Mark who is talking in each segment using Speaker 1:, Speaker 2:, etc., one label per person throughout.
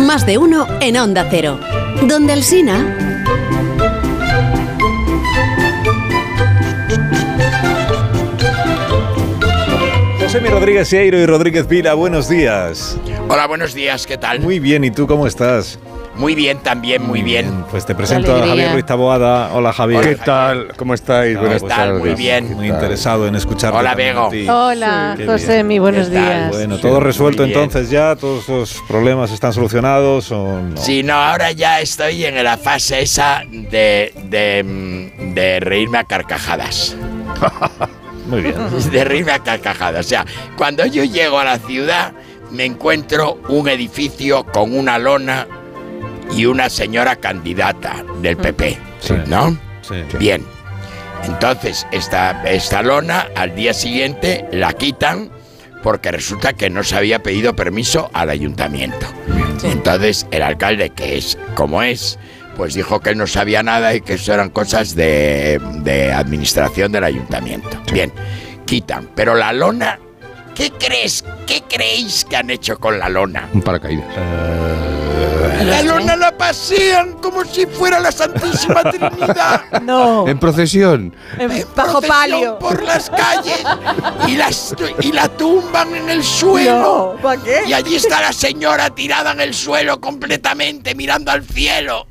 Speaker 1: Más de uno en Onda Cero. Donde el Sina.
Speaker 2: Josemi Rodríguez Sieiro y Rodríguez Pila, buenos días.
Speaker 3: Hola, buenos días, ¿qué tal?
Speaker 2: Muy bien, ¿y tú cómo estás?
Speaker 3: Muy bien también, muy bien.
Speaker 2: Pues te presento a
Speaker 4: alegría.
Speaker 2: Javier Ruiz Taboada. Hola Javier.
Speaker 3: Hola,
Speaker 5: ¿Qué tal? ¿Cómo estáis?
Speaker 2: Ah,
Speaker 5: Buenas
Speaker 2: pues,
Speaker 3: tal?
Speaker 5: tardes.
Speaker 3: Muy bien.
Speaker 2: Muy interesado en escuchar.
Speaker 3: Hola, Bego.
Speaker 4: Hola,
Speaker 2: Sí, qué
Speaker 4: José, mi buenos
Speaker 3: ¿Qué tal?
Speaker 4: días.
Speaker 2: Bueno,
Speaker 3: Sí,
Speaker 2: todo
Speaker 3: muy
Speaker 2: resuelto
Speaker 3: bien.
Speaker 2: entonces ya, todos los problemas están solucionados o no.
Speaker 3: Si no, ahora ya estoy en la fase esa de, de, mm, de reírme a carcajadas.
Speaker 2: Muy bien.
Speaker 3: De reírme a carcajadas. O sea, cuando yo llego a la ciudad, me encuentro un edificio con una lona y una señora candidata del PP.
Speaker 2: Sí.
Speaker 3: ¿No?
Speaker 2: Sí.
Speaker 3: Bien. Entonces, esta, esta lona al día siguiente la quitan porque resulta que no se había pedido permiso al ayuntamiento. Entonces, el alcalde, que es como es, pues dijo que él no sabía nada y que eso eran cosas de, de administración del ayuntamiento. Bien, quitan. Pero la lona, ¿qué crees? ¿Qué creéis que han hecho con la lona? Eh,
Speaker 5: Un paracaídas.
Speaker 3: La lona la pasean como si fuera la Santísima Trinidad.
Speaker 4: No,
Speaker 5: En procesión.
Speaker 4: eh,
Speaker 3: en
Speaker 4: bajo
Speaker 3: procesión
Speaker 4: palio.
Speaker 3: por las calles y, las- y la tumban en el suelo.
Speaker 4: No, ¿para qué?
Speaker 3: Y allí está la señora tirada en el suelo completamente mirando al cielo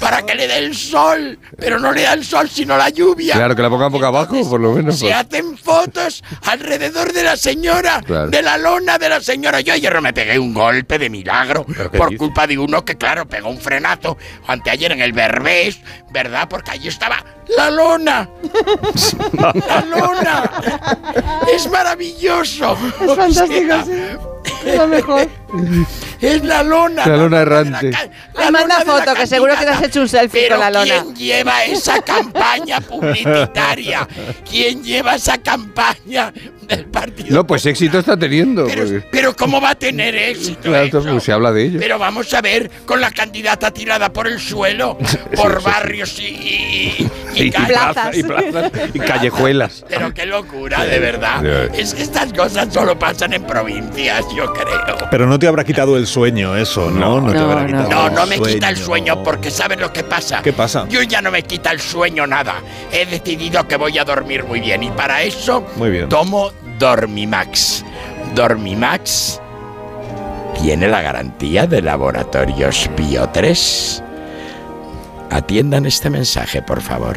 Speaker 3: para que le dé el sol, pero no le da el sol sino la lluvia.
Speaker 5: Claro, que la pongan boca abajo, por lo menos. pues.
Speaker 3: Se hacen fotos alrededor de la señora,
Speaker 5: Claro.
Speaker 3: de la lona de la señora. Yo ayer no me pegué un golpe de milagro
Speaker 2: qué
Speaker 3: por
Speaker 2: dices?
Speaker 3: culpa de uno que, claro, pegó un frenazo anteayer en el Berbés, ¿verdad? Porque allí estaba la lona. la lona. Es maravilloso. O
Speaker 4: Es
Speaker 3: sea,
Speaker 4: fantástico, sí. Es lo mejor.
Speaker 3: Es la lona.
Speaker 5: La lona
Speaker 3: de la
Speaker 5: errante.
Speaker 3: ca-
Speaker 4: Ay, manda
Speaker 3: lona de la
Speaker 4: foto, que seguro que te has
Speaker 3: candidata.
Speaker 4: hecho un selfie
Speaker 3: Pero
Speaker 4: con la lona.
Speaker 3: ¿Quién lleva esa campaña publicitaria? ¿Quién lleva esa campaña del partido?
Speaker 5: No, pues éxito está teniendo.
Speaker 3: Pero,
Speaker 5: porque-
Speaker 3: pero ¿cómo va a tener éxito?
Speaker 5: Claro,
Speaker 3: eso?
Speaker 5: pues se habla de ello.
Speaker 3: Pero vamos a ver, con la candidata tirada por el suelo, por barrios y, y- y- y calles.
Speaker 4: plazas.
Speaker 5: y plazas. Y callejuelas.
Speaker 3: Pero qué locura, de verdad.
Speaker 5: Sí.
Speaker 3: Es que estas cosas solo pasan en provincias, yo creo.
Speaker 2: Pero no te habrá quitado el sueño eso, ¿no?
Speaker 5: No,
Speaker 2: te
Speaker 4: no,
Speaker 2: habrá
Speaker 4: no.
Speaker 2: quitado
Speaker 3: No,
Speaker 2: el
Speaker 3: no me quita el sueño porque ¿sabes lo que pasa?
Speaker 2: ¿Qué pasa?
Speaker 3: Yo ya no me quita el sueño nada. He decidido que voy a dormir muy bien y para eso
Speaker 2: Muy bien.
Speaker 3: tomo Dormimax. Dormimax tiene la garantía de laboratorios Bio 3. Atiendan este mensaje, por favor.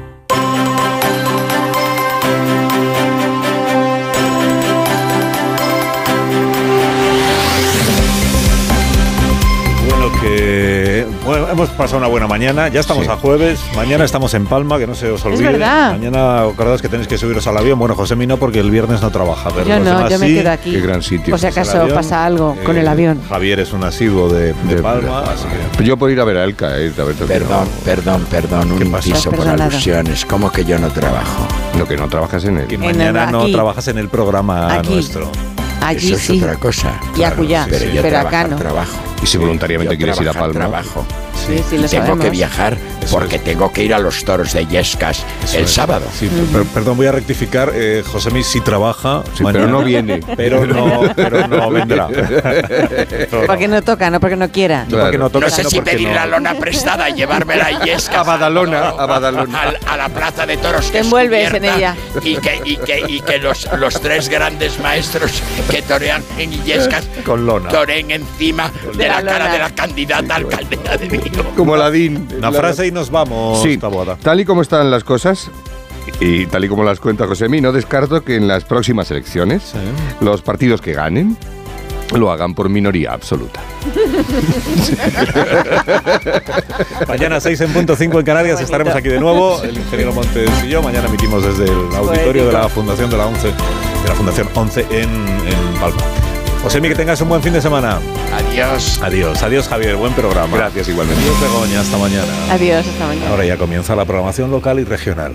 Speaker 2: Bueno, que bueno, hemos pasado una buena mañana, ya estamos
Speaker 5: Sí.
Speaker 2: a jueves, mañana estamos en Palma, que no se os olvide.
Speaker 4: verdad.
Speaker 2: Mañana acordaos que tenéis que subiros al avión. Bueno, José no, porque el viernes no trabaja, pero
Speaker 4: Yo
Speaker 2: los
Speaker 4: no,
Speaker 2: demás
Speaker 4: yo me
Speaker 2: sí.
Speaker 4: quedo aquí.
Speaker 5: Qué gran sitio.
Speaker 4: Por si
Speaker 5: Es el
Speaker 4: acaso
Speaker 2: avión.
Speaker 4: pasa algo con el
Speaker 2: Eh,
Speaker 4: avión.
Speaker 2: Javier es un asiduo de, de
Speaker 5: De-
Speaker 2: Palma, así que
Speaker 5: Pues Yo por ir a ver a Elka, eh, la verdad que
Speaker 3: Perdón, perdón, perdón, un
Speaker 2: pasa?
Speaker 3: inciso por
Speaker 4: Perdonado.
Speaker 3: alusiones. ¿Cómo que yo no trabajo?
Speaker 5: no. Lo que no trabajas en
Speaker 2: que
Speaker 5: él.
Speaker 2: mañana no
Speaker 4: aquí.
Speaker 2: trabajas en el programa
Speaker 4: Aquí.
Speaker 2: nuestro.
Speaker 4: Allí
Speaker 3: Eso es
Speaker 4: sí.
Speaker 3: otra cosa.
Speaker 4: Y acullá.
Speaker 3: Pero yo
Speaker 4: Pero
Speaker 3: trabajar,
Speaker 4: acá no.
Speaker 3: trabajo.
Speaker 5: Y si voluntariamente
Speaker 3: Yo
Speaker 5: quieres ir a
Speaker 3: trabajar,
Speaker 5: Palma.
Speaker 3: Trabajo.
Speaker 4: Sí, sí,
Speaker 3: tengo
Speaker 4: lo sabemos.
Speaker 3: que viajar porque tengo que ir a los toros de Yescas el sábado.
Speaker 2: Sí, per- perdón, voy a rectificar. Eh, Josemi sí trabaja,
Speaker 5: Sí,
Speaker 2: mañana,
Speaker 5: pero no viene.
Speaker 2: Pero no, pero no vendrá. Pero no.
Speaker 4: Porque no toca, no porque no quiera.
Speaker 2: No porque no toca,
Speaker 3: No sé
Speaker 2: sino
Speaker 3: si
Speaker 2: porque
Speaker 3: pedir
Speaker 2: no-
Speaker 3: la lona prestada y llevármela a Yescas.
Speaker 5: A Badalona,
Speaker 3: al-
Speaker 5: a Badalona.
Speaker 3: al- A, la plaza de toros. que
Speaker 4: Te
Speaker 3: es
Speaker 4: envuelves en
Speaker 3: cubierta
Speaker 4: ella.
Speaker 3: Y que, y que, y que los, los tres grandes maestros que torean en Illescas
Speaker 2: Con lona.
Speaker 3: toreen encima de la
Speaker 4: lona.
Speaker 3: cara de la candidata alcaldesa de Vigo.
Speaker 5: Como Aladín.
Speaker 2: Una
Speaker 5: La-
Speaker 2: frase y nos vamos,
Speaker 5: Sí,
Speaker 2: Taboada.
Speaker 5: tal y como están las cosas y tal y como las cuenta Josemi, no descarto que en las próximas elecciones los partidos que ganen lo hagan por minoría absoluta.
Speaker 2: Mañana 6 en punto 5 en Canarias
Speaker 4: Bonito.
Speaker 2: estaremos aquí de nuevo, el ingeniero Montes y yo. Mañana emitimos desde el auditorio de la Fundación de la 11, de la Fundación 11 en, en Palma. Josemi, que tengas un buen fin de semana.
Speaker 3: Adiós.
Speaker 2: Adiós, adiós Javier, buen programa.
Speaker 5: Gracias igualmente.
Speaker 2: Adiós Begoña, hasta mañana.
Speaker 4: Adiós, hasta mañana.
Speaker 2: Ahora ya comienza la programación local y regional.